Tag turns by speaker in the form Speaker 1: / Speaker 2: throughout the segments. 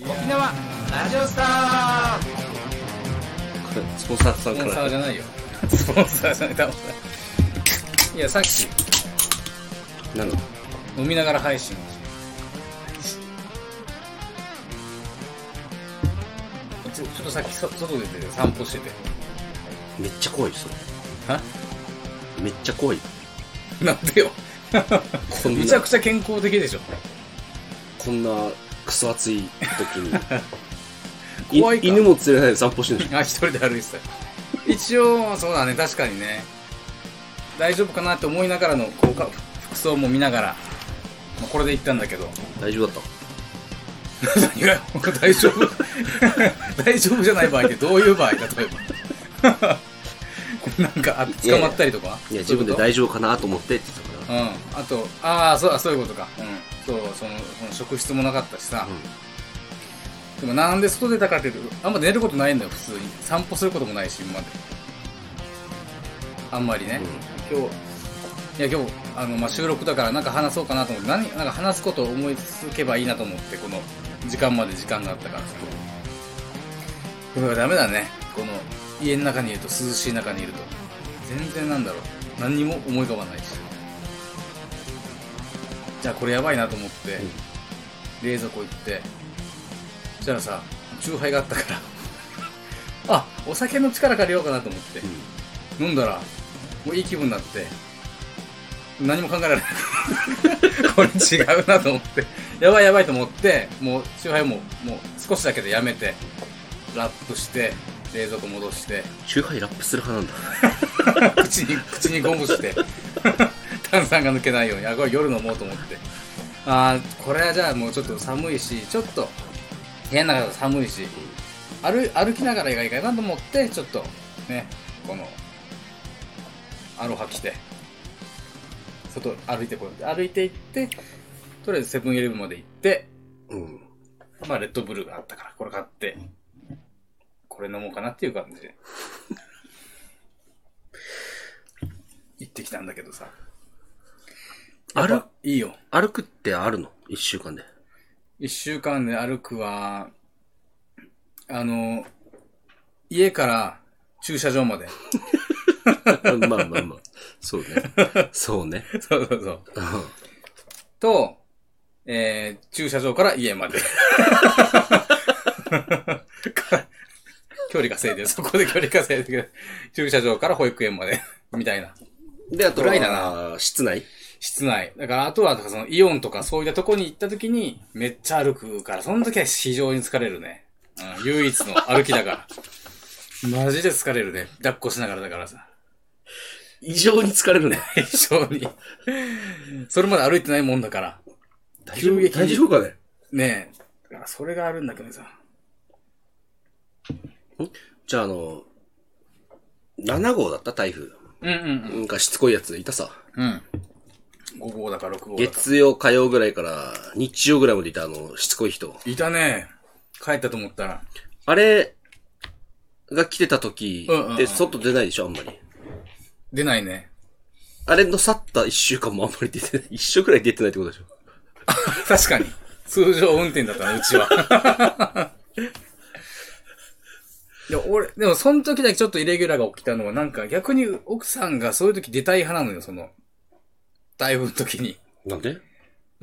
Speaker 1: 沖縄ラジオスター
Speaker 2: スポンサーさん
Speaker 1: スポン
Speaker 2: か
Speaker 1: サー
Speaker 2: ら
Speaker 1: じゃないよスポンサーじゃない多分いやさっき
Speaker 2: なの
Speaker 1: 飲みながら配信ちょちょっとさっきそ外出て散歩してて
Speaker 2: めっちゃ怖いそれ
Speaker 1: は
Speaker 2: めっちゃ怖い
Speaker 1: なんでよ
Speaker 2: こん
Speaker 1: むちゃ
Speaker 2: な
Speaker 1: くちゃ健康的でしょ
Speaker 2: こんなクソ暑い時 に
Speaker 1: 怖いか
Speaker 2: 犬も連れないで散歩してる
Speaker 1: あ、一人で歩いてた。一応、そうだね、確かにね。大丈夫かなって思いながらの、こうか、服装も見ながら、まあ、これで行ったんだけど。
Speaker 2: 大丈夫だっ
Speaker 1: いや、大丈夫大丈夫じゃない場合ってどういう場合例え ば。なんか、あ捕まったりとか
Speaker 2: たいや自分で
Speaker 1: そういう
Speaker 2: 大丈夫かなと思ってって言ってた
Speaker 1: こ
Speaker 2: か
Speaker 1: とうん。あと、ああ、そう、あそういうことか。うん。そう、その、その職質もなかったしさ
Speaker 2: ら、。
Speaker 1: でもなんで外出たかっていうと、あんま寝ることないんだよ、普通に。散歩することもないし、今まで。あんまりね。今日、いや今日、あの、まあ、収録だからなんか話そうかなと思って、何、なんか話すことを思いつけばいいなと思って、この時間まで時間があったから。これはダメだね。この家の中にいると、涼しい中にいると。全然なんだろう。何にも思い浮かばないし。じゃあこれやばいなと思って、冷蔵庫行って、そしたらさ、酎ハイがあったから、 あ、お酒の力借りようかなと思って。飲んだらもういい気分になって何も考えられないこれ違うなと思ってやばいやばいと思ってもうチューハイももう少しだけでやめてラップして冷蔵庫戻して
Speaker 2: チューハイラップする派なん だ。
Speaker 1: 口に口にゴムして 炭酸が抜けないようにあこれ夜飲もうと思ってあーこれはじゃあもうちょっと寒いしちょっと部屋の中だと寒いし歩歩きながらがいいかなと思ってちょっとねこのアロハ着て外歩いてこう歩いて行ってとりあえずセブンイレブンまで行って
Speaker 2: うん。
Speaker 1: まあレッドブルがあったからこれ買ってこれ飲もうかなっていう感じ で行ってきたんだけどさ
Speaker 2: 歩
Speaker 1: やっぱいいよ
Speaker 2: 歩くってあるの一週間で。
Speaker 1: 一週間で歩くは、あの、家から駐車場まで。
Speaker 2: まあまあまあ。そうね。そうね。
Speaker 1: そうそうそう。
Speaker 2: うん
Speaker 1: と、えー、駐車場から家まで。 か距離稼いでる。そこで距離稼いでる。駐車場から保育園まで。みたいな。
Speaker 2: で、あと
Speaker 1: 暗いな
Speaker 2: は、室内
Speaker 1: 室内。だから、あとは、その、イオンとかそういったとこに行った時に、めっちゃ歩くから、その時は非常に疲れるね。うん、唯一の歩きだから。 マジで疲れるね。抱っこしながらだからさ。
Speaker 2: 異常に疲れるね。
Speaker 1: 非常に。それまで歩いてないもんだから。
Speaker 2: 大
Speaker 1: 急激に
Speaker 2: 大丈夫かね
Speaker 1: ねえ。だからそれがあるんだけどさ。
Speaker 2: じゃあ、あの、7号だった台風。
Speaker 1: うんうん
Speaker 2: なんかしつこいやついたさ。
Speaker 1: うん。うん。5号だか6号だか。
Speaker 2: 月曜、火曜ぐらいから日曜ぐらいまでいたあの、しつこい人。
Speaker 1: いたね。帰ったと思ったら。
Speaker 2: あれが来てた時
Speaker 1: うんうんうん
Speaker 2: って外出ないでしょ、あんまり。
Speaker 1: 出ないね。
Speaker 2: あれの去った一週間もあんまり出てない。 一週くらい出てないってことでしょ。
Speaker 1: 確かに。通常運転だったな、うちは。いや、俺、 でも、その時だけちょっとイレギュラーが起きたのは、なんか逆に奥さんがそういう時出たい派なのよ、その、台風の時に。
Speaker 2: なんで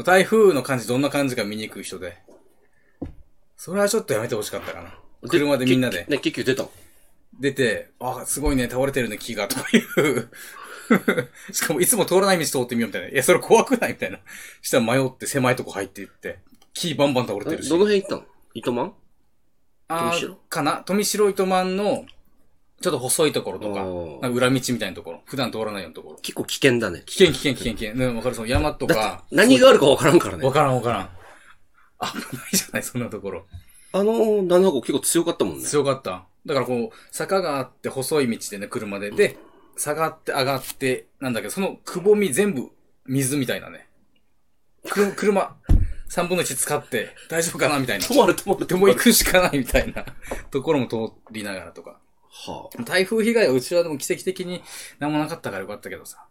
Speaker 1: 台風の感じ、どんな感じか見に行く人で。それはちょっとやめてほしかったかな。車でみんなで
Speaker 2: ね、結局出たの。
Speaker 1: 出て、あ、すごいね、倒れてるね、木が、とかいう。 しかも、いつも通らない道通ってみようみたいな。いや、それ怖くないみたいな。したら迷って狭いとこ入っていって、木バンバン倒れて
Speaker 2: え
Speaker 1: るし。
Speaker 2: どの辺行ったの糸満
Speaker 1: あ
Speaker 2: 富
Speaker 1: ー
Speaker 2: 城
Speaker 1: かな富城糸満の、ちょっと細いところとか、
Speaker 2: あー
Speaker 1: なんか裏道みたいなところ、普段通らないようなところ。
Speaker 2: 結構危険だね。
Speaker 1: 危険危険危険危険。ね、わかるその山とか。
Speaker 2: 何があるかわからんから
Speaker 1: わ
Speaker 2: ね。
Speaker 1: からんわからん。危ないじゃない、そんなところ。
Speaker 2: あのー、7号結構強かったもんね。
Speaker 1: 強かった。だからこう、坂があって、細い道でね、車で。で、下がって上がって、なんだけど、そのくぼみ全部、水みたいなね。く車、3分の1使って、大丈夫かなみたいな。
Speaker 2: 止まる止まる
Speaker 1: で
Speaker 2: 止
Speaker 1: も
Speaker 2: ま
Speaker 1: 行
Speaker 2: る。
Speaker 1: くしかないみたいなところも通りながらとか。
Speaker 2: は
Speaker 1: 台風被害はうちはでも奇跡的に何もなかったからよかったけどさ。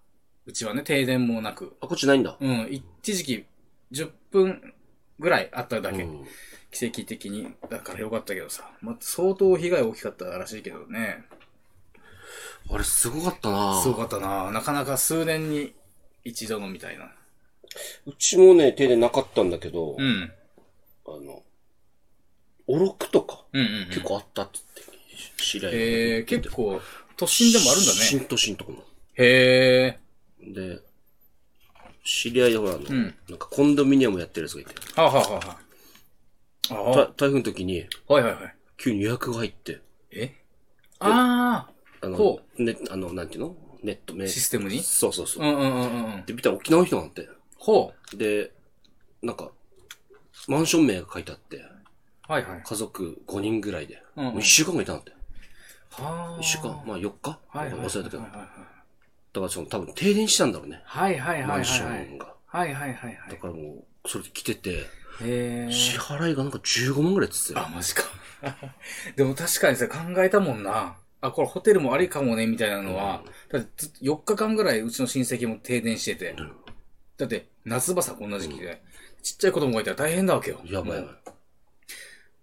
Speaker 1: うちはね、停電もなく。
Speaker 2: あ。あ、こっちないんだ。
Speaker 1: うん、一時期10分ぐらいあっただけ。
Speaker 2: うん
Speaker 1: 奇跡的に、だからよかったけどさ。まあ、相当被害大きかったらしいけどね。
Speaker 2: あれ、すごかったな
Speaker 1: すごかったななかなか数年に一度のみたいな。
Speaker 2: うちもね、停電なかったんだけど、
Speaker 1: うん。うん
Speaker 2: あの、おろくとか、
Speaker 1: うん、うん。
Speaker 2: 結。構あったって言って、知り合いが言ってて
Speaker 1: えー、結構、都心でもあるんだね。
Speaker 2: 新都心とかも。
Speaker 1: へ
Speaker 2: で、知り合いでほら、あの、
Speaker 1: ん
Speaker 2: なんかコンドミニアムやってるやつがいて、
Speaker 1: ー。はあ、はあはあはあ、
Speaker 2: た台風の時に、
Speaker 1: あはいはいはい。
Speaker 2: 急に予約が入って、
Speaker 1: えあ
Speaker 2: あ
Speaker 1: ほ
Speaker 2: の、ね、あの、なんていうのネット、ね
Speaker 1: あ、システムに
Speaker 2: そうそうそうう。
Speaker 1: んうんうんうんうん。
Speaker 2: で、見たら沖縄の人なんて。
Speaker 1: ほ
Speaker 2: で、なんか、マンション名が書いてあって、
Speaker 1: う。はいはい。
Speaker 2: 家族5人ぐらいで、
Speaker 1: うんうん
Speaker 2: もう1週間ぐらいいたんだって。
Speaker 1: はあ。
Speaker 2: 1週間、まあ4日、
Speaker 1: はいはい。
Speaker 2: 忘れたけど。だ
Speaker 1: は
Speaker 2: か
Speaker 1: い
Speaker 2: らその多分停電したんだろうね。
Speaker 1: はいはいはい。
Speaker 2: マンシ
Speaker 1: はい
Speaker 2: ョンが。
Speaker 1: はいはいはいは
Speaker 2: だ
Speaker 1: い。
Speaker 2: からもう、それで来てて、
Speaker 1: へえ。
Speaker 2: 支払いがなんか15万ぐらいっつってたよ
Speaker 1: あ、マジか。 でも確かにさ、考えたもんな。あ、これホテルもありかもね、みたいなのは。だってずっと4日間ぐらいうちの親戚も停電してて。
Speaker 2: ん
Speaker 1: だって、夏場さ、こんな時期で。ちっちゃい子供がいたら大変なわけよ。
Speaker 2: やばいやば
Speaker 1: も
Speaker 2: い。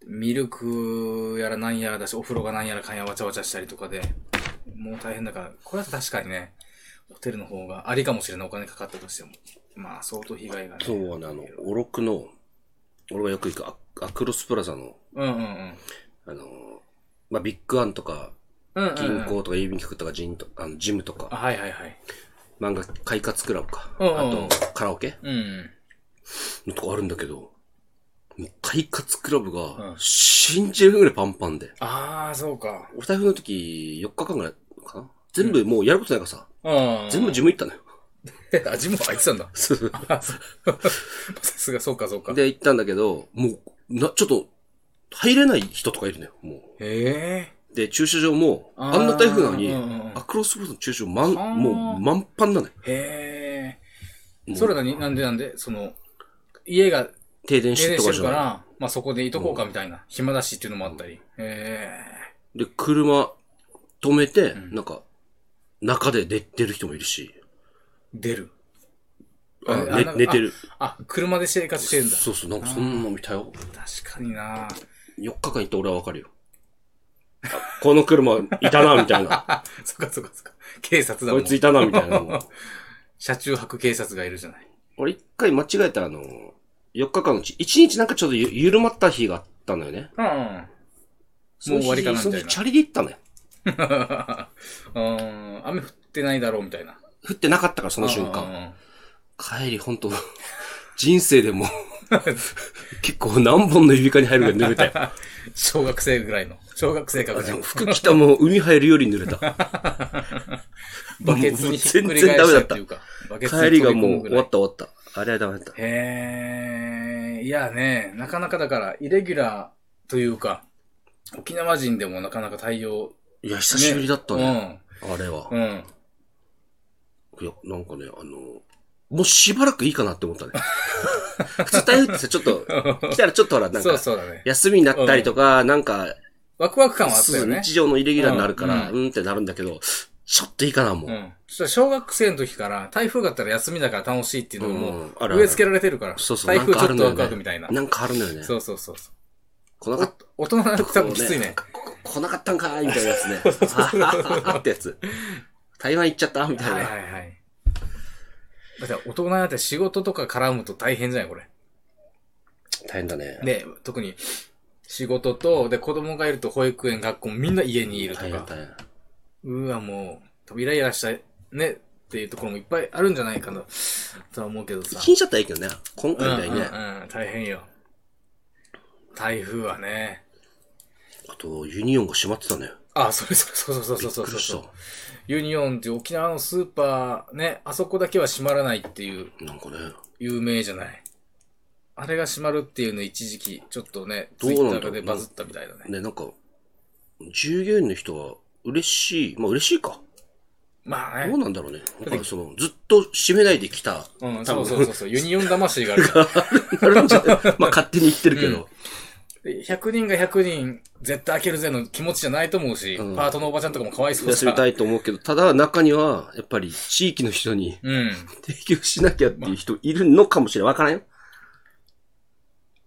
Speaker 1: うミルクやらなんやらだし、お風呂がなんやらかんやわちゃわちゃしたりとかで。もう大変だから、これは確かにね、ホテルの方がありかもしれない、お金かかったとしても。まあ、相当被害がね。
Speaker 2: 今日はね、あの、おろくの、俺がよく行くアアクロスプラザの、
Speaker 1: うんうんうん。
Speaker 2: あのー、まあ、ビッグワンとか、
Speaker 1: うんうんうん
Speaker 2: 銀行とか郵便局とかジンとあのジムと
Speaker 1: あ、
Speaker 2: か、
Speaker 1: はいはいはい。
Speaker 2: 漫画快活クラブか、
Speaker 1: うんうん
Speaker 2: あとカラオケ
Speaker 1: うん。
Speaker 2: のとこあるんだけど、もう快活クラ
Speaker 1: う
Speaker 2: ブ
Speaker 1: ん
Speaker 2: が信じるぐらいパンパンで、
Speaker 1: ああ、そうか。
Speaker 2: お台風の時4日間ぐらいかな全部もうやることないからさ、
Speaker 1: うん。
Speaker 2: 全部ジム行ったのよ。
Speaker 1: あ、ジム入ってたんだ。
Speaker 2: そう
Speaker 1: あそう さすが、そうか、そうか。
Speaker 2: で行ったんだけど、もう、な、ちょっと、入れない人とかいるのよ、も
Speaker 1: へえ。
Speaker 2: う。で、駐車場も、あんな台風なのに
Speaker 1: うん、うんうん
Speaker 2: アクロスプラザの駐車場満、
Speaker 1: あー
Speaker 2: もう満帆なのよ。
Speaker 1: へえ。
Speaker 2: もう
Speaker 1: それなに、なんでなんで、その、家が
Speaker 2: 停電し
Speaker 1: 停電
Speaker 2: てと
Speaker 1: して
Speaker 2: かじ
Speaker 1: る
Speaker 2: ゃ
Speaker 1: か
Speaker 2: な
Speaker 1: ら、まあそこでいとこうかみたいな。暇だしっていうのもあったり。へ
Speaker 2: い。で、車止めて、
Speaker 1: ん
Speaker 2: なんか、中で寝てる人もいるし、
Speaker 1: え。出る。
Speaker 2: あ
Speaker 1: あ
Speaker 2: ね
Speaker 1: なんか
Speaker 2: 寝てる。
Speaker 1: あ、車で生活してるんだ。
Speaker 2: そうそう、なんかそんなの見たよ。
Speaker 1: 確かにな
Speaker 2: 4日間行って俺はわかるよ。あこの車いたな、みた いな。
Speaker 1: あ、そっかそっかそっか。警察だ
Speaker 2: こ
Speaker 1: もん。
Speaker 2: いついたな、みたいな。
Speaker 1: 車中泊警察がいるじゃない。
Speaker 2: 俺一回間違えたあの、4日間のうち、1日なんかちょっとゆ緩まった日があったのよね。
Speaker 1: うんもう終わりかな
Speaker 2: そ
Speaker 1: みたい
Speaker 2: の日その
Speaker 1: な
Speaker 2: 日チャリで行ったのよ。
Speaker 1: うん。うん。雨降ってないだろうみたいな。
Speaker 2: 降ってなかったから、その瞬
Speaker 1: うんう
Speaker 2: 間。
Speaker 1: んうん。
Speaker 2: 帰り、ほんと、人生でも、結構何本の指かに入るぐらい濡れたよ。
Speaker 1: 小学生ぐらいの。小学生かぐらい の
Speaker 2: で も。服着たもう海入るより濡れた。
Speaker 1: バケツにひっくり返したっていうか。バケツ
Speaker 2: 帰
Speaker 1: に
Speaker 2: り
Speaker 1: 飛
Speaker 2: が
Speaker 1: び込
Speaker 2: も
Speaker 1: む
Speaker 2: う
Speaker 1: ぐ
Speaker 2: 終
Speaker 1: らい
Speaker 2: わった終わった。あれはダメだった。
Speaker 1: へえ、いやね、なかなかだから、イレギュラーというか、沖縄人でもなかなか対応。
Speaker 2: いや、久しぶりだったね。あれは
Speaker 1: う。ん。うん。
Speaker 2: いや、なんかね、あの、もうしばらくいいかなって 思ったね。普通台風ってさ、ちょっと、来たらちょっとほら、なん
Speaker 1: そう
Speaker 2: か、
Speaker 1: そうだね。
Speaker 2: 休みになったりとか、なんか、
Speaker 1: ワクワク感はあった
Speaker 2: そ
Speaker 1: よ
Speaker 2: う
Speaker 1: ね。
Speaker 2: 日常のイレギュラーになるから、
Speaker 1: う
Speaker 2: うんってなるんだけど、ちょっといいかな、も
Speaker 1: う
Speaker 2: う。
Speaker 1: ん。そしたら小学生の時から、台風があったら休みだから楽しいっていうの
Speaker 2: う
Speaker 1: も
Speaker 2: ん、あるある
Speaker 1: 植え付けられてるから。
Speaker 2: そうそう
Speaker 1: 台風ちょっと
Speaker 2: な
Speaker 1: ワ
Speaker 2: ん
Speaker 1: ク
Speaker 2: かあ
Speaker 1: ワ
Speaker 2: る
Speaker 1: ク
Speaker 2: ん
Speaker 1: みたいな。
Speaker 2: なんかあるのよね。
Speaker 1: そうそうそうそう。
Speaker 2: 来なかっ
Speaker 1: お大人になると
Speaker 2: た
Speaker 1: 多分きついね。
Speaker 2: 来なかったんかーいみたいなやつね。あははははってやつ。台湾行っちゃったみたいな
Speaker 1: はい
Speaker 2: ね。
Speaker 1: はいはい。だって大人になって仕事とか絡むと大変じゃないこれ。
Speaker 2: 大変だね。
Speaker 1: で、特に仕事と、で、子供がいると保育園、学校もみんな家にいると
Speaker 2: 大変
Speaker 1: か。
Speaker 2: 大変。
Speaker 1: うわ、もう、多分イライラしたねっていうところもいっぱいあるんじゃないかなとは思うけどさ。
Speaker 2: 一日だったらいいけどね。
Speaker 1: う
Speaker 2: 今
Speaker 1: んう
Speaker 2: 回
Speaker 1: ん
Speaker 2: みたいにね。
Speaker 1: うん、大変よ。台風はね。
Speaker 2: あと、ユニオンが閉まってたのよ。
Speaker 1: あ、それそれそうそうそうそう
Speaker 2: び
Speaker 1: そう
Speaker 2: っくりし
Speaker 1: そう。ユニオンって沖縄のスーパーね、あそこだけは閉まらないっていう。
Speaker 2: た。なんかね、
Speaker 1: 有名じゃない。あれが閉まるっていうの一時期、ちょっとね、ツ
Speaker 2: どう
Speaker 1: イ
Speaker 2: なん
Speaker 1: ッ
Speaker 2: だろ
Speaker 1: タ
Speaker 2: う
Speaker 1: ーでバズったみたいだね。
Speaker 2: ね、なんか、従業員の人は嬉しい。まあ嬉しいか。
Speaker 1: まあ
Speaker 2: どう
Speaker 1: ね。
Speaker 2: なんだろうね。だからその、ずっと閉めないで来た。
Speaker 1: うん、
Speaker 2: 多
Speaker 1: そ
Speaker 2: 分
Speaker 1: うそうそうそう、ユニオン魂があるから。
Speaker 2: あるんじゃない まあ勝手に言ってるけど。
Speaker 1: で100人が100人、絶対開けるぜの気持ちじゃないと思うし、
Speaker 2: うん
Speaker 1: パートのおばちゃんとかもかわいそうだ
Speaker 2: 休みたいと思うけど、ただ中には、やっぱり地域の人に
Speaker 1: うん。
Speaker 2: 提供しなきゃっていう人いるのかもしれない。わからんよ。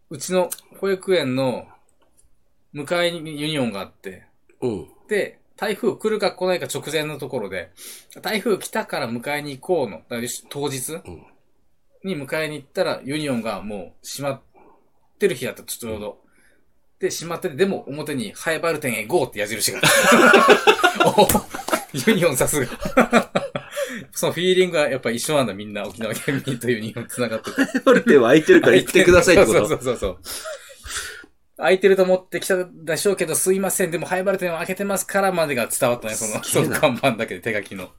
Speaker 1: うちの保育園の向かいにユニオンがあって、
Speaker 2: うん。
Speaker 1: で、台風来るか来ないか直前のところで、台風来たから迎えに行こうの、だから当日
Speaker 2: うん
Speaker 1: に迎えに行ったら、ユニオンがもう閉まってる日だった、ちょうど。で、閉まってて、でも表にハエバル店へ GO って矢印 が。おユニオンさすが。そのフィーリングはやっぱ一緒なんだ、みんな沖縄県民とユニオン繋がってて。
Speaker 2: ある程度空いてるから行ってくださいってこ
Speaker 1: そうそう
Speaker 2: と。
Speaker 1: そうそう。空いてると思ってきたでしょうけど、すいません。でも、ハイバル店は開けてますからまでが伝わったね、その、
Speaker 2: す
Speaker 1: そ
Speaker 2: げえ
Speaker 1: の
Speaker 2: な
Speaker 1: 看板だけで手書きの。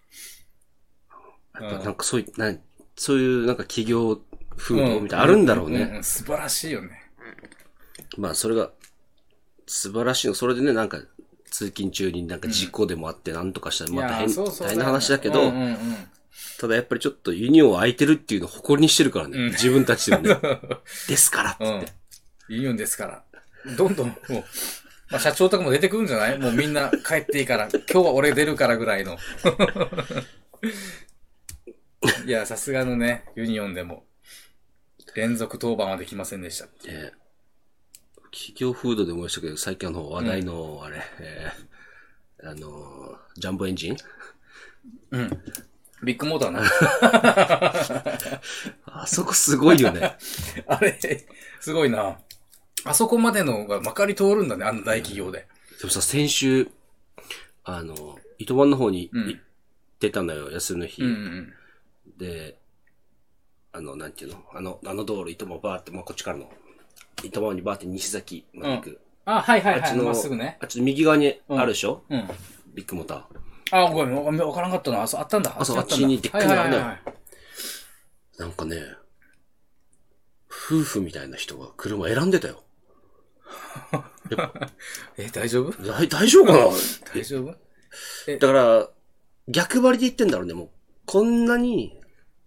Speaker 2: やっぱなんかそういう、なんそういうなんか企業風土みたいなあるんだろうね。
Speaker 1: んん素晴らしいよね。
Speaker 2: まあそれが素晴らしいの。それでね、なんか通勤中になんか事故でもあってなんとかしたらまた
Speaker 1: いや
Speaker 2: 変,、
Speaker 1: ーそうそう
Speaker 2: 大変な話だけど、
Speaker 1: うんうんうん
Speaker 2: ただやっぱりちょっとユニオン空いてるっていうのを誇りにしてるからね。
Speaker 1: うん
Speaker 2: 自分たちでもね。 ですからって
Speaker 1: う
Speaker 2: 言っ
Speaker 1: ん
Speaker 2: て。。
Speaker 1: いいんですから。どんどん、もう、まあ、社長とかも出てくるんじゃないもうみんな帰っていいから、今日は俺出るからぐらいの。 いや、さすがのね、ユニオンでも、連続当番はできませんでした。
Speaker 2: ね企業風土でもいいましたけど、最近あの話題の、あれ、えーあのージャンボエンジン
Speaker 1: うん。ビッグモーターな。
Speaker 2: あそこすごい よね。
Speaker 1: あれ、すごいな。あそこまでのがまかり通るんだね、あの大企業で。
Speaker 2: でもさ、先週、あの、糸満の方に
Speaker 1: うん
Speaker 2: 行ってたのよ、休みの日。
Speaker 1: うんうん
Speaker 2: で、あの、なんていうのあの、あの道路、糸満バーって、まあ、こっちからの、糸満にバーって西崎まで行く。
Speaker 1: あ、はいはい
Speaker 2: あっ
Speaker 1: は
Speaker 2: ち
Speaker 1: い。
Speaker 2: の
Speaker 1: まっすぐね。
Speaker 2: あ、ちょっと右側にあるでしょ、
Speaker 1: うん。
Speaker 2: ビッグモーター。
Speaker 1: あ、ごめん、わわからんかったな。あそあったんだ。
Speaker 2: あそう
Speaker 1: ったん
Speaker 2: あっち
Speaker 1: だ
Speaker 2: にでっかいのある
Speaker 1: は
Speaker 2: のよ
Speaker 1: いはいはいはい
Speaker 2: なんかね、夫婦みたいな人が車選んでたよ。
Speaker 1: え、大丈夫
Speaker 2: だい大丈夫かな
Speaker 1: 大丈夫
Speaker 2: だから、逆張りで言ってんだろうね、もう。こんなに、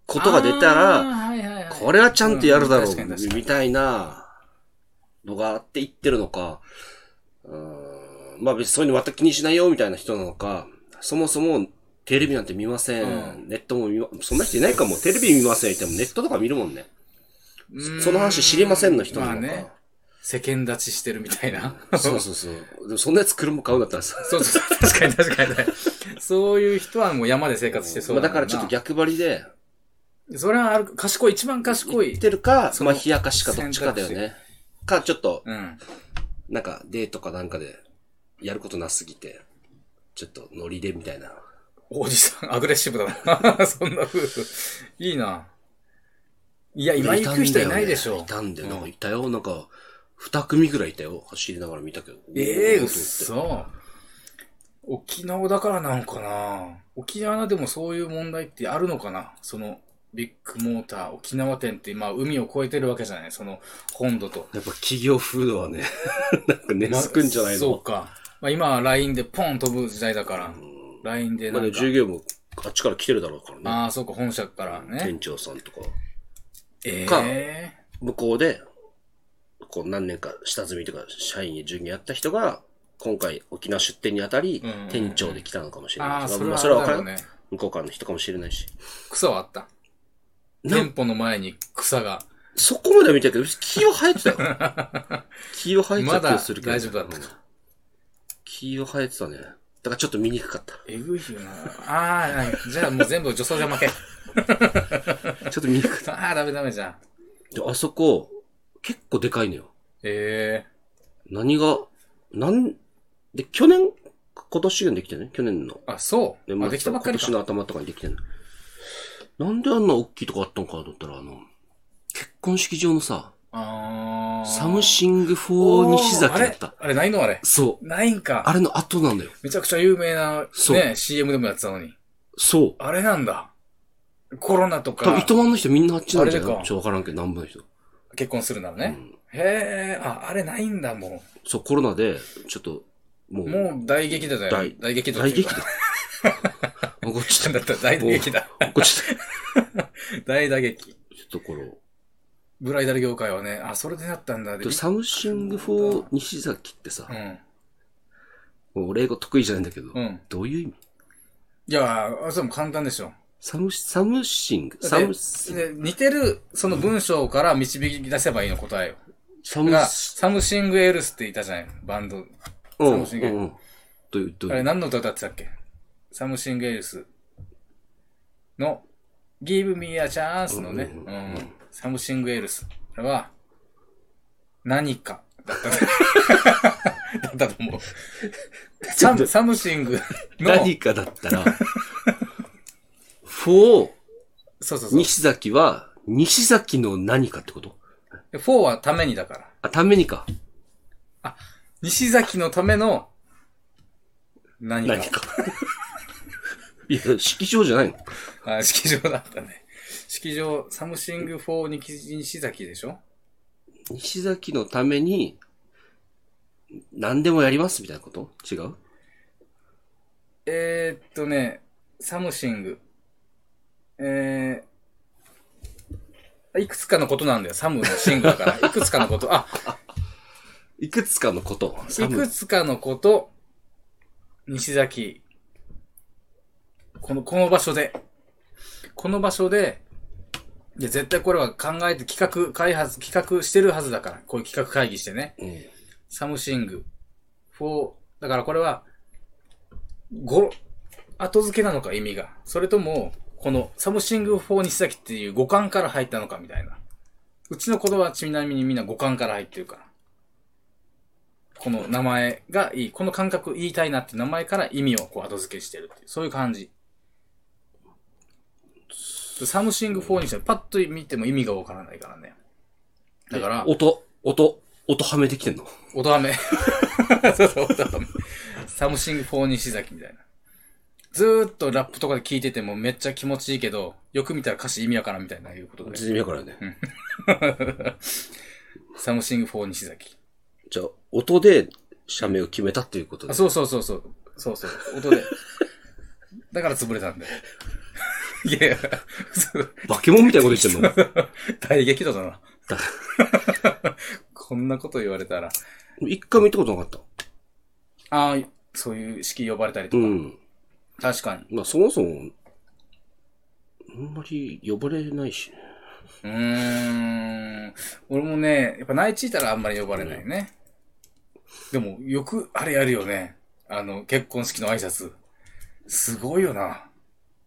Speaker 2: ことが出たら、
Speaker 1: あーはいはいはい
Speaker 2: これはちゃんとやるだろ
Speaker 1: うん確かに確か
Speaker 2: う、みたいなのがあって言ってるのか、うーんまあ別にそういうの全く気にしないよ、みたいな人なのか、そもそもテレビなんて見ません。
Speaker 1: うん
Speaker 2: ネットも見ま、そんな人いないかも。テレビ見ません。でもネットとか見るもんね。その話知りませんの人なのか。
Speaker 1: まあね、世間立ちしてるみたいな。
Speaker 2: そうそうそう。でもそんなやつ車買うんだったらさ。
Speaker 1: そうそう、確かに確かに、ね。そういう人はもう山で生活してそう
Speaker 2: まあ
Speaker 1: だ
Speaker 2: だからちょっと逆張りで、
Speaker 1: それはある、賢い、一番賢
Speaker 2: 言
Speaker 1: い
Speaker 2: っ。てるか、
Speaker 1: そ
Speaker 2: ま
Speaker 1: の
Speaker 2: あ冷やかしかどっちかだよね。か、ちょっと、
Speaker 1: うん。
Speaker 2: なんかデートかなんかで、やることなすぎて、ちょっとノリでみたいな。
Speaker 1: おじさん、アグレッシブだな。 そんな夫婦。いいな。いや、今行く人いないでしょ
Speaker 2: い。たんだよね。いたんだよ。なん
Speaker 1: う
Speaker 2: か
Speaker 1: ん
Speaker 2: いたよ。なんか、二組ぐらいいたよ。走りながら見たけど。
Speaker 1: ええ
Speaker 2: おー
Speaker 1: うっそ。沖縄だからなんかな。沖縄でもそういう問題ってあるのかなその、ビッグモーター、沖縄店って、まあ、海を越えてるわけじゃないその、本土と。
Speaker 2: やっぱ企業風土はね、 なんか根付くんじゃない
Speaker 1: まあそう
Speaker 2: の
Speaker 1: か。まあ、今は LINE でポン飛ぶ時代だから。
Speaker 2: うん
Speaker 1: LINE で
Speaker 2: ま
Speaker 1: な
Speaker 2: あ
Speaker 1: ん
Speaker 2: ね、
Speaker 1: か。
Speaker 2: 従業員もあっちから来てるだろうからね。
Speaker 1: ああ、そうか、本社からね。
Speaker 2: 店長さんとか。
Speaker 1: え
Speaker 2: か
Speaker 1: え
Speaker 2: 向こうで、こう何年か下積みとか、社員に従業員やった人が、今回沖縄出店にあたり
Speaker 1: うんうんうん、
Speaker 2: 店長で来たのかもしれ
Speaker 1: あ
Speaker 2: な
Speaker 1: あ、
Speaker 2: い。
Speaker 1: それ
Speaker 2: ま
Speaker 1: はあ
Speaker 2: あそれは
Speaker 1: れ
Speaker 2: 分
Speaker 1: だ
Speaker 2: か
Speaker 1: ろ
Speaker 2: ら。
Speaker 1: うんね。
Speaker 2: 向こうからの人かもしれないし。
Speaker 1: 草はあった。
Speaker 2: なん
Speaker 1: 店舗の前に草が。
Speaker 2: そこまでは見たけど、木は生えてたよ。 木は生えてた気がするけど。
Speaker 1: まだ大丈夫だった
Speaker 2: うん木は生えてたね。だからちょっと見にくかっ
Speaker 1: えぐいよな。ああはい、じゃあもう全部女装じゃ負け。
Speaker 2: た。ちょっと見にくかっ
Speaker 1: ああ、ダメダメじゃん。
Speaker 2: た。であそこ、結構でかいのよ。
Speaker 1: え
Speaker 2: 何が、なん、で、去年、今年ができてね。去年の
Speaker 1: えあ、そう。
Speaker 2: 年
Speaker 1: あ、
Speaker 2: 末
Speaker 1: できた
Speaker 2: と
Speaker 1: ば
Speaker 2: か
Speaker 1: っか
Speaker 2: 今
Speaker 1: り
Speaker 2: 年
Speaker 1: か。
Speaker 2: の頭とかにできてんの。なんであんな大きいとこあったんかと思ったら、あの、結婚式場のさ、
Speaker 1: ああ。
Speaker 2: サムシング4西崎だっ
Speaker 1: おー
Speaker 2: た。
Speaker 1: あれ、あれないのあれ。
Speaker 2: そう。
Speaker 1: ないんか。
Speaker 2: あれの後なんだよ。
Speaker 1: めちゃくちゃ有名な、
Speaker 2: そう
Speaker 1: ね、CM でもやってたのに。
Speaker 2: そう。
Speaker 1: あれなんだ。コロナと
Speaker 2: 多分、
Speaker 1: か
Speaker 2: 糸、満の人みんなあっちなんじゃ
Speaker 1: あれ
Speaker 2: な
Speaker 1: か
Speaker 2: いちょっとわからんけど、南部の人。
Speaker 1: 結婚するなら
Speaker 2: う
Speaker 1: ね。
Speaker 2: ん
Speaker 1: へえ、あ、あれないんだ、も
Speaker 2: そう、コロナで、ちょっと、も
Speaker 1: う。
Speaker 2: う、
Speaker 1: もう大激怒だよ。
Speaker 2: 大
Speaker 1: 大激怒。
Speaker 2: 大 激怒。。こっち
Speaker 1: なん。 だっ
Speaker 2: だ
Speaker 1: たら大打撃だ。
Speaker 2: こっちだ。
Speaker 1: 大打撃。
Speaker 2: ちょっところ。
Speaker 1: ブライダル業界はね、あ、それでなったんだ。で
Speaker 2: でサムシング4西崎ってさ
Speaker 1: う、ん。
Speaker 2: もう俺英語得意じゃないんだけど
Speaker 1: う、ん。
Speaker 2: どういう意味
Speaker 1: いや、あそれも簡単でしょ。
Speaker 2: サム、サムシング
Speaker 1: で
Speaker 2: サムシング
Speaker 1: で似てる、その文章から導き出せばいいの、答えを。
Speaker 2: サ
Speaker 1: だ
Speaker 2: ム
Speaker 1: から、
Speaker 2: ス、
Speaker 1: サムシングエルスっていたじゃないバンド。
Speaker 2: うん、う
Speaker 1: サ
Speaker 2: ん、
Speaker 1: ムシング
Speaker 2: うん。という、と
Speaker 1: あ
Speaker 2: い
Speaker 1: れ
Speaker 2: う。
Speaker 1: 何の歌歌ってたっけサムシングエルスの Give me a chance のね、
Speaker 2: うん
Speaker 1: う
Speaker 2: うんん
Speaker 1: サムシングエルス。あれは、何かだったと だったと思う。サム、サムシングの、
Speaker 2: 何かだったら、フォー、
Speaker 1: そうそうそう。
Speaker 2: 西崎は、西崎の何かってこと
Speaker 1: 4はためにだから。
Speaker 2: あ、ためにか。
Speaker 1: 西崎のための、何か。
Speaker 2: 何か。いや、式場じゃないの
Speaker 1: あ、式場だったね。式場、サムシング4に西崎でしょ
Speaker 2: 西崎のために、何でもやりますみたいなこと違う
Speaker 1: えー、っとね、サムシング。えー、いくつかのことなんだよ。サムのシングだから。いくつかのこと。あ、
Speaker 2: いくつかのこと。
Speaker 1: いくつかのこと、西崎。この、この場所で。この場所で、いや、絶対これは考えて企画、開発、企画してるはずだから。こういう企画会議してね。
Speaker 2: うん
Speaker 1: サムシング。4、だからこれは、5、後付けなのか意味が。それとも、このサムシング4西崎っていう五感から入ったのかみたいな。うちの子供はちなみにみんな五感から入ってるから。この名前がいい。この感覚言いたいなって名前から意味をこう後付けしてるっていう。そういう感じ。サムシング4にしてパッと見ても意味がわからないからね。だから。
Speaker 2: 音、音、音はめできてんの
Speaker 1: 音はめ。 そうそう、音はめ。サムシング4西崎みたいな。ずーっとラップとかで聞いててもめっちゃ気持ちいいけど、よく見たら歌詞意味わからんみたいないうことで。
Speaker 2: 全然わからんね。
Speaker 1: サムシング4西崎。
Speaker 2: じゃあ、音で社名を決めたっていうこと
Speaker 1: あ、
Speaker 2: で。
Speaker 1: そうそうそうそう。そうそう。音で。だから潰れたんだよ。 いやいや、そう
Speaker 2: 化け物みたいなこと言ってんの
Speaker 1: 大激怒だな。 こんなこと言われたら。
Speaker 2: 一回も行ったことなかった。
Speaker 1: ああ、そういう式呼ばれたりと
Speaker 2: う
Speaker 1: か。
Speaker 2: ん。
Speaker 1: 確かに。
Speaker 2: まあ、そもそも、あんまり呼ばれないしね。
Speaker 1: うーん。俺もね、やっぱ内地いたらあんまり呼ばれないね。でも、よく、あれやるよね。あの、結婚式の挨拶。すごいよな。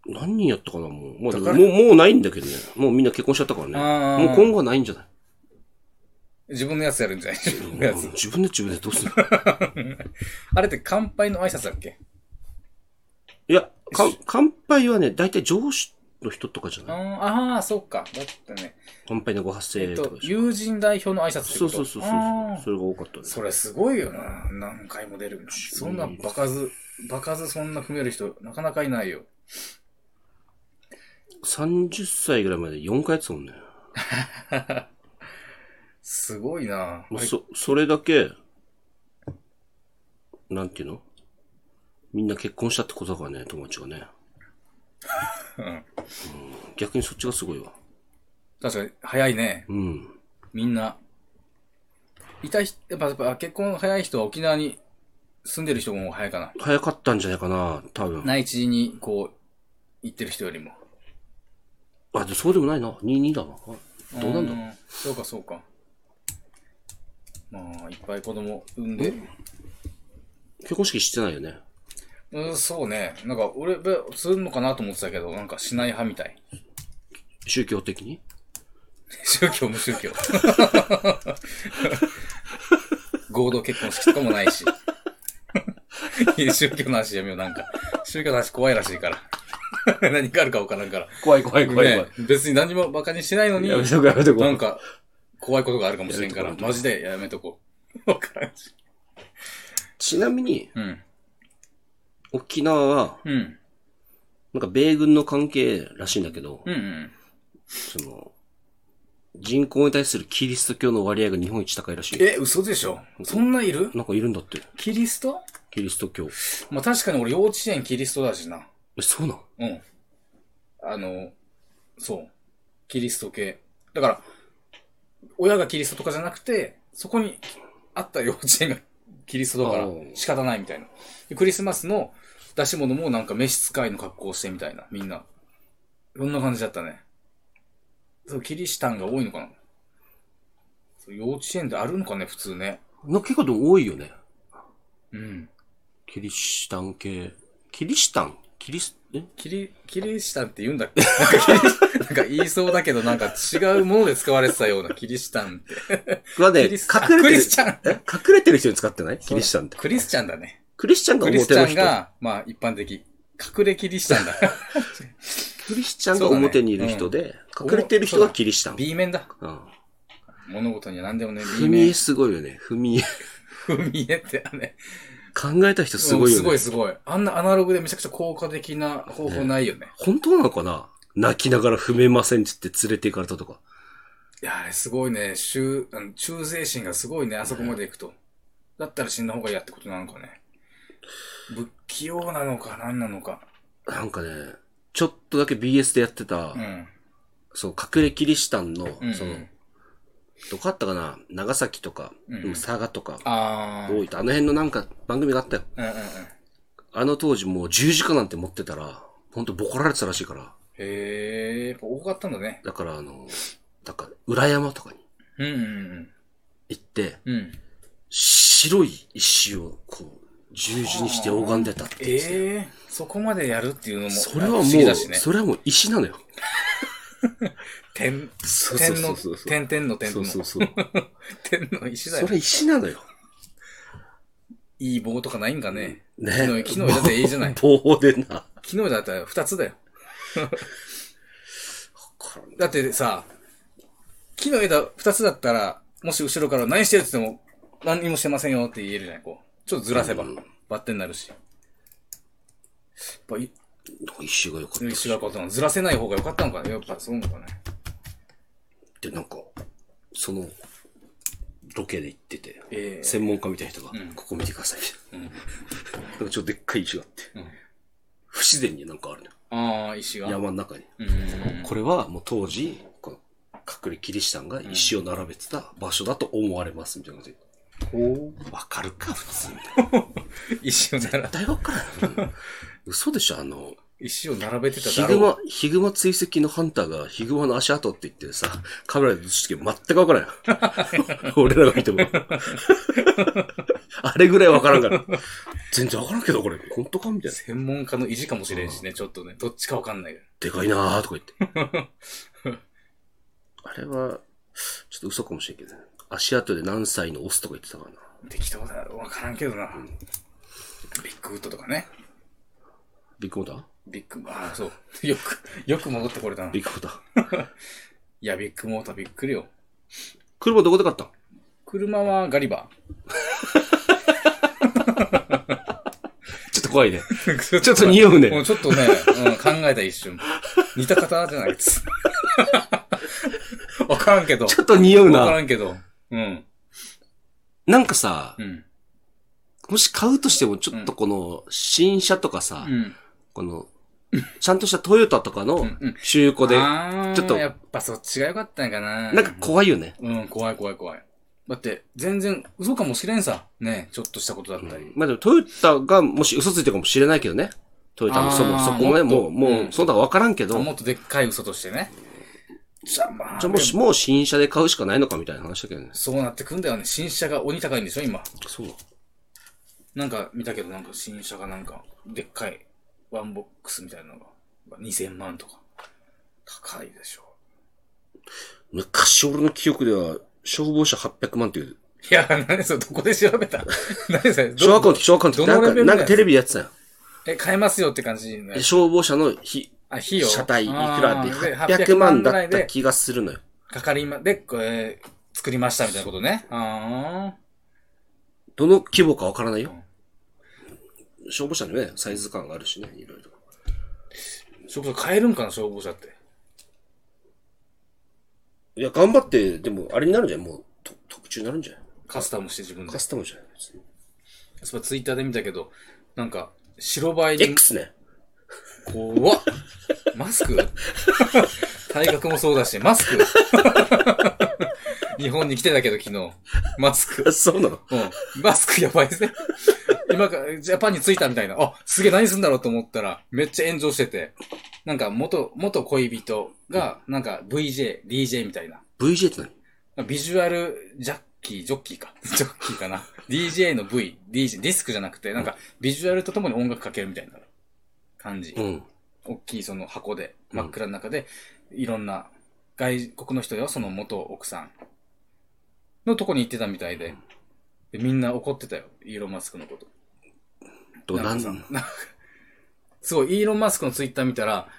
Speaker 2: 何人やったかな、もう。まあ、
Speaker 1: だ
Speaker 2: で
Speaker 1: から
Speaker 2: ももう、もうないんだけどね。もうみんな結婚しちゃったから
Speaker 1: あ
Speaker 2: ね。
Speaker 1: ー
Speaker 2: もう今後はないんじゃない
Speaker 1: 自分のやつやるんじゃない 自分のやつ。
Speaker 2: 自分で自分でどうするの
Speaker 1: あれって乾杯の挨拶だっけ
Speaker 2: いや、か乾杯はね、大体上司の人とかじゃ
Speaker 1: あ
Speaker 2: ない
Speaker 1: ーあー、そっか。だったね。
Speaker 2: 乾杯のご発
Speaker 1: え
Speaker 2: 声
Speaker 1: っ
Speaker 2: とか
Speaker 1: と、
Speaker 2: でしょ。
Speaker 1: 友人代表の挨拶って
Speaker 2: そ
Speaker 1: こ
Speaker 2: う
Speaker 1: と
Speaker 2: そうそうそう
Speaker 1: あ。ー
Speaker 2: それが多かったね。
Speaker 1: それすごいよな。何回も出るんだ。そんなバカず、バカずそんな踏める人、なかなかいないよ。
Speaker 2: 30歳ぐらいまで4回やってたもんね。
Speaker 1: すごいな。
Speaker 2: もうそ、それだけ、なんていうのみんな結婚したってことだからね、友達がね。
Speaker 1: うん
Speaker 2: 逆にそっちがすごいわ。
Speaker 1: 確かに、早いね。
Speaker 2: うん。
Speaker 1: みんな。いた人、やっぱ、やっぱ結婚早い人は沖縄に住んでる人も早いかな。
Speaker 2: 早かったんじゃないかな、多分。
Speaker 1: 内地に、こう、行ってる人よりも。
Speaker 2: あ、でそうでもないな。22だな。あどうなんだろう。
Speaker 1: んそうか、そうか。まあ、いっぱい子供産んで。
Speaker 2: 結婚式してないよね。
Speaker 1: うん、そうね。なんか、俺、べするのかなと思ってたけど、なんかしない派みたい。
Speaker 2: 宗教的に。
Speaker 1: 宗教無宗教。合同結婚式とかもないし。いや宗教の話やめよう、なんか。宗教の話怖いらしいから。何があるかわからんから。
Speaker 2: 怖い怖い
Speaker 1: ね。別に何も馬鹿にしてないのに、
Speaker 2: やめとこやめとこ。
Speaker 1: なんか、怖いことがあるかもしれんから、
Speaker 2: やめとこ
Speaker 1: マジでやめとこう。わからんし。
Speaker 2: ちなみに、
Speaker 1: うん。
Speaker 2: 沖縄は、
Speaker 1: うん。
Speaker 2: なんか米軍の関係らしいんだけど、
Speaker 1: うんうん。
Speaker 2: その、人口に対するキリスト教の割合が日本一高いらしい。
Speaker 1: え、嘘でしょそんないる
Speaker 2: なんかいるんだって、
Speaker 1: キリスト
Speaker 2: キリスト教。
Speaker 1: まあ、確かに俺幼稚園キリストだしな。
Speaker 2: え、そうなん
Speaker 1: うん。あの、そう。キリスト系。だから、親がキリストとかじゃなくて、そこにあった幼稚園が キリストだから
Speaker 2: あー
Speaker 1: 仕方ないみたいな。でクリスマスの出し物もなんか召使いの格好をしてみたいな、みんな。そんな感じだったね。そう、キリシタンが多いのかなそう幼稚園であるのかね、普通ね。
Speaker 2: な結構でも多いよね。
Speaker 1: うん。
Speaker 2: キリシタン系。キリシタンキリス、え
Speaker 1: キリ、キリシタンって言うんだっけ なんかキリシなんか言いそうだけど、なんか違うもので使われてたような、キリシタンって。
Speaker 2: はね、
Speaker 1: キ
Speaker 2: 隠
Speaker 1: リスあ
Speaker 2: れ
Speaker 1: ク
Speaker 2: て
Speaker 1: リ
Speaker 2: る
Speaker 1: ス、チャン
Speaker 2: え隠れてる人に使ってないキリシタンって。
Speaker 1: クリスチャンだね。
Speaker 2: クリスチャンが
Speaker 1: クリスチ
Speaker 2: 表の
Speaker 1: ャン
Speaker 2: 人。
Speaker 1: が、まあ一般的。隠れキリシタン だ。
Speaker 2: クリスチャンが表にいる人で、
Speaker 1: うん
Speaker 2: 隠れてる人がキリシタン。
Speaker 1: B 面だ。
Speaker 2: うん。
Speaker 1: 物事には何でもね、
Speaker 2: 踏
Speaker 1: B
Speaker 2: み絵
Speaker 1: 面。
Speaker 2: すごいよね。踏み絵。
Speaker 1: 踏み絵ってあれ。
Speaker 2: 考えた人すごいよ
Speaker 1: すご
Speaker 2: ね
Speaker 1: い。すごい。あんなアナログでめちゃくちゃ効果的な方法ないよね。
Speaker 2: 本当なのかな泣きながら踏めませんって言って連れて行かれたとか。
Speaker 1: いや、あれすごいね。忠、あの忠誠心がすごいね。あそこまで行くと。だったら死んだ方がいいやってことなのかね。不器用なのか何なのか。
Speaker 2: なんかね、ちょっとだけ BS でやってた、
Speaker 1: うん。
Speaker 2: その隠れキリシタンの、
Speaker 1: うん
Speaker 2: その、どこあったかな長崎とか、
Speaker 1: うん
Speaker 2: でも佐賀とか、
Speaker 1: あー。
Speaker 2: 大分、あの辺のなんか番組があったよ。
Speaker 1: うんうんうん。
Speaker 2: あの当時もう十字架なんて持ってたら、ほんとボコられてたらしいから。
Speaker 1: へえ、やっぱ多かったんだね。
Speaker 2: だからあの、だから裏山とかに
Speaker 1: うんうん
Speaker 2: 行って、
Speaker 1: うん。うん。
Speaker 2: 白い石をこう、十字にして拝んでたって言ってたよ
Speaker 1: ええそこまでやるっていうのも、
Speaker 2: それは
Speaker 1: 不
Speaker 2: もう、
Speaker 1: 思議だしね。
Speaker 2: それはもう石なのよ。
Speaker 1: 天、
Speaker 2: そう
Speaker 1: 天の
Speaker 2: そう、そう。
Speaker 1: 天天の天
Speaker 2: そ
Speaker 1: の
Speaker 2: う、そ うそう。
Speaker 1: 天の石だ
Speaker 2: そ
Speaker 1: よ。
Speaker 2: れ石なのよ。
Speaker 1: いい棒とかないんかね。
Speaker 2: ね
Speaker 1: 木の木の枝でいいじゃない
Speaker 2: 棒棒でな。
Speaker 1: 昨日だったら二つだよ。だ
Speaker 2: だ
Speaker 1: ってさ、木の枝二つだったら、もし後ろから何してるって言っても、何にもしてませんよって言えるじゃない、こう。ちょっとずらせば
Speaker 2: うん、
Speaker 1: バッテンになるし。やっぱ、い
Speaker 2: 石が良かったし。
Speaker 1: 石がこう、ずらせない方が良かったのかね。やっぱそうなのかね。
Speaker 2: で、なんか、その、ロケで行ってて、
Speaker 1: ええ
Speaker 2: 専門家みたいな人が、
Speaker 1: うん
Speaker 2: ここ見てくださいみたいな。
Speaker 1: う
Speaker 2: なんかちょっとでっかい石があって、
Speaker 1: うん
Speaker 2: 不自然になんかあるのよ。
Speaker 1: ああ、石が。
Speaker 2: 山の中に。
Speaker 1: うんうん
Speaker 2: これはもう当時、この隠れキリシタンが石を並べてた場所だと思われます、みたいなこと
Speaker 1: うん。
Speaker 2: 言ってわかるか、普通みたいな。
Speaker 1: 石をなら
Speaker 2: 絶、対わからない。 嘘でしょ、あの、
Speaker 1: 石を並べてた
Speaker 2: ヒ
Speaker 1: だ
Speaker 2: グ
Speaker 1: ろう。
Speaker 2: マ、ヒグマ追跡のハンターがヒグマの足跡って言ってさ、カメラで映してるけど全くわからんよ。俺らが見ても。あれぐらいわからんから。全然わからんけど、これ。本当かみたいな。
Speaker 1: 専門家の意地かもしれんしね、ちょっとね。どっちかわかんないけど。
Speaker 2: でかいなーとか言って。あれは、ちょっと嘘かもしれんけどね。足跡で何歳のオスとか言ってたからな。
Speaker 1: 適当だろ。わからんけどな。ビッグウッドとかね。
Speaker 2: ビッグモーター
Speaker 1: ビッグ、ああ、そう。よく、よく戻ってこれたな。
Speaker 2: ビ
Speaker 1: い
Speaker 2: ッグモーター。
Speaker 1: や、ビッグモーターびっくりよ。
Speaker 2: 車どこで買ったん
Speaker 1: 車はガリバ
Speaker 2: ちょっと怖い ね。
Speaker 1: ー。
Speaker 2: ちょっと匂うね
Speaker 1: もうちょっとね、うん、考えた一瞬。似た方じゃないです わからんけど。
Speaker 2: ちょっと匂
Speaker 1: わ
Speaker 2: う
Speaker 1: か
Speaker 2: な。
Speaker 1: らんけど。うん。
Speaker 2: なんかさ
Speaker 1: う、ん。
Speaker 2: もし買うとしてもちょっとこの、新車とかさ、
Speaker 1: うん。
Speaker 2: この、ちゃんとしたトヨタとか
Speaker 1: う
Speaker 2: の
Speaker 1: んうん。
Speaker 2: 中古で、な
Speaker 1: あー
Speaker 2: ちょっと
Speaker 1: やっぱそっちが良かったんかな。
Speaker 2: んか怖いよね。
Speaker 1: うん、怖い怖い怖い。だって、全然、嘘かもしれんさ。ね、ちょっとしたことだったり。
Speaker 2: まあでもトヨタがもし嘘ついてるかもしれないけどね。トヨタのそも
Speaker 1: あー
Speaker 2: そこまで
Speaker 1: もっと
Speaker 2: もう、も
Speaker 1: う
Speaker 2: う、
Speaker 1: ん
Speaker 2: そんなわからんけど、
Speaker 1: もっとでっかい嘘としてね。じゃあまあ
Speaker 2: じゃあもうし、もう新車で買うしかないのかみたいな話だけどね。
Speaker 1: そうなってくんだよね。新車が鬼高いんでしょ、今。
Speaker 2: そう。
Speaker 1: なんか見たけど、なんか新車がなんか、でっかい、ワンボックスみたいなのが、2000万とか。高いでしょ。
Speaker 2: 昔俺の記憶では、消防車800万っていう、
Speaker 1: いや、何それ、どこで調べた 何それ、ど
Speaker 2: 小学校の時、小学校の時、
Speaker 1: ど
Speaker 2: な
Speaker 1: の
Speaker 2: ん
Speaker 1: レベルの
Speaker 2: か、な
Speaker 1: やつ
Speaker 2: んかテレビでやってたよ。
Speaker 1: え、買えますよって感じのや
Speaker 2: で
Speaker 1: つ。
Speaker 2: 消防車のひ
Speaker 1: あ、費用。
Speaker 2: 車体いくらで
Speaker 1: あー
Speaker 2: 800万だっ
Speaker 1: ぐら
Speaker 2: た
Speaker 1: いで
Speaker 2: 気がするのよ。
Speaker 1: かかりま、で、これ、作りましたみたいなことね。あ
Speaker 2: どの規模かわからないよ
Speaker 1: うん。
Speaker 2: 消防車のね、サイズ感があるしね、いろいろ。
Speaker 1: あ。消防車買えるんかな、消防車って。
Speaker 2: いや、頑張って、でも、あれになるんじゃないもう、と特注になるんじゃない
Speaker 1: カスタムして自分で
Speaker 2: カ。スタムじゃない別に
Speaker 1: そう、ツイッターで見たけど、なんか、白バイに、
Speaker 2: X ね。
Speaker 1: 怖っ。マスク体格もそうだし、マスク日本に来てたけど、昨日。マスク。
Speaker 2: そうなの
Speaker 1: うん。マスクやばいですね。今から、ジャパンに着いたみたいな。あ、すげえ何すんだろうと思ったら、めっちゃ炎上してて。なんか、元、元恋人が、なんか、VJ、DJ みたいな。
Speaker 2: ?VJ って何
Speaker 1: ビジュアルジャッキー、ジョッキーか。ジョッキーかな。DJ の V、DJ、ディスクじゃなくて、なんか、ビジュアルとともに音楽かけるみたいな感じ。
Speaker 2: うん。
Speaker 1: 大きいその箱で、
Speaker 2: うん
Speaker 1: 真っ暗の中で、いろんな外国の人よ、その元奥さんのとこに行ってたみたいで、でみんな怒ってたよ、イーロン・マスクのこと。
Speaker 2: と、な
Speaker 1: なん
Speaker 2: ん
Speaker 1: かさなんかすごい、イーロン・マスクのツイッター見たら、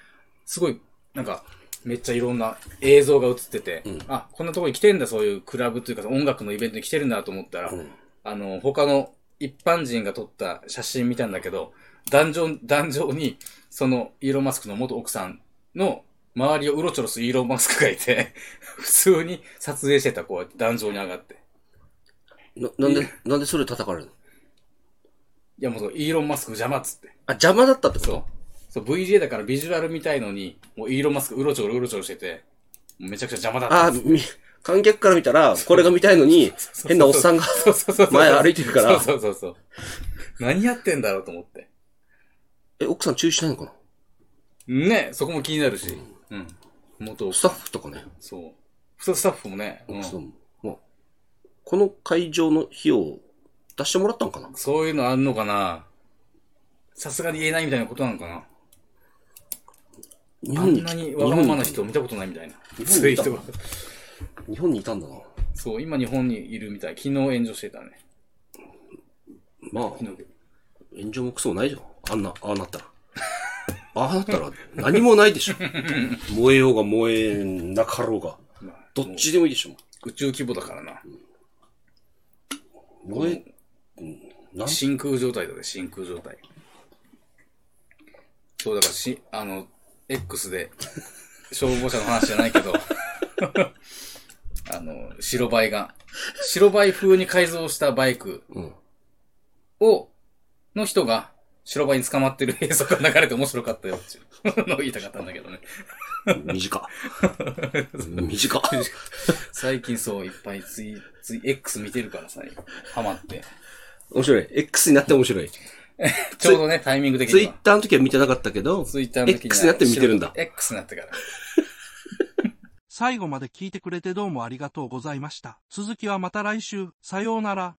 Speaker 1: すごい、なんか、めっちゃいろんな映像が映ってて、
Speaker 2: うん
Speaker 1: あ、こんなとこに来てんだ、そういうクラブというか音楽のイベントに来てるんだと思ったら、
Speaker 2: うん
Speaker 1: あの、他の一般人が撮った写真見たんだけど、壇上、壇上に、その、イーロン・マスクの元奥さんの周りをうろちょろするイーロン・マスクがいて、 普通に撮影してた、こうやって壇上に上がって。
Speaker 2: ななんで、なんでそれ叩かれるの
Speaker 1: いや、もうそのイーロン・マスク邪魔っつって。
Speaker 2: あ、邪魔だったってこと
Speaker 1: そう。そう、VJ だからビジュアルみたいのに、もうイーロン・マスクうろちょろうろちょろしてて、もうめちゃくちゃ邪魔だった
Speaker 2: あ、
Speaker 1: んです。
Speaker 2: み、観客から見たら、これが見たいのに、
Speaker 1: そう
Speaker 2: 変なおっさんが、
Speaker 1: そうそうそうそう。
Speaker 2: 前歩いてるから
Speaker 1: そうそうそうそう。何やってんだろうと思って。
Speaker 2: え、奥さん注意しないのかな
Speaker 1: ね、そこも気になるし。うん。元奥
Speaker 2: ス
Speaker 1: さ
Speaker 2: タ
Speaker 1: ん
Speaker 2: ッフとかね。
Speaker 1: そう。普通スタッフもね、う
Speaker 2: 奥さ
Speaker 1: ん、
Speaker 2: んも。まあこの会場の費用を出してもらったんかな
Speaker 1: そういうのあんのかなさすがに言えないみたいなことなのかな
Speaker 2: 日
Speaker 1: あ
Speaker 2: 本に
Speaker 1: んなにわがままな人見たことないみたいな。
Speaker 2: 日
Speaker 1: そう
Speaker 2: 本
Speaker 1: いう
Speaker 2: にいた
Speaker 1: 人が。
Speaker 2: 日本にいたんだな。
Speaker 1: そう、今日本にいるみたい。昨日炎上してたね。
Speaker 2: まあ、
Speaker 1: 昨日。
Speaker 2: 炎上もクソもないじゃん。あんな、ああなったら。ああなったら何もないでしょ。燃えようが燃えなかろうが。
Speaker 1: まあ、
Speaker 2: ど
Speaker 1: も
Speaker 2: っ
Speaker 1: う
Speaker 2: ちでもいいでしょ。
Speaker 1: 宇宙規模だからな。
Speaker 2: 燃え、うん、なん
Speaker 1: 真空状態だね、真空状態。そう、だからし、あの、X で、消防車の話じゃない けど、あの、白バイが、白バイ風に改造したバイク
Speaker 2: うん。
Speaker 1: を、の人が、白バイに捕まってる映像が流れて面白かったよっていうのを言いたかったんだけどね。
Speaker 2: 短。短。
Speaker 1: 最近そう、いっぱいツイ、ツイ、X 見てるからさ、ハマって。
Speaker 2: 面白い。X になって面白い。
Speaker 1: ちょうどね、タイミング的
Speaker 2: ツイ
Speaker 1: に
Speaker 2: ッ
Speaker 1: は。
Speaker 2: ターの時は見てなかったけど、
Speaker 1: ツイッターの時には
Speaker 2: X になって見てるんだ。
Speaker 1: X になってから。
Speaker 3: 最後まで聞いてくれてどうもありがとうございました。続きはまた来週、さようなら。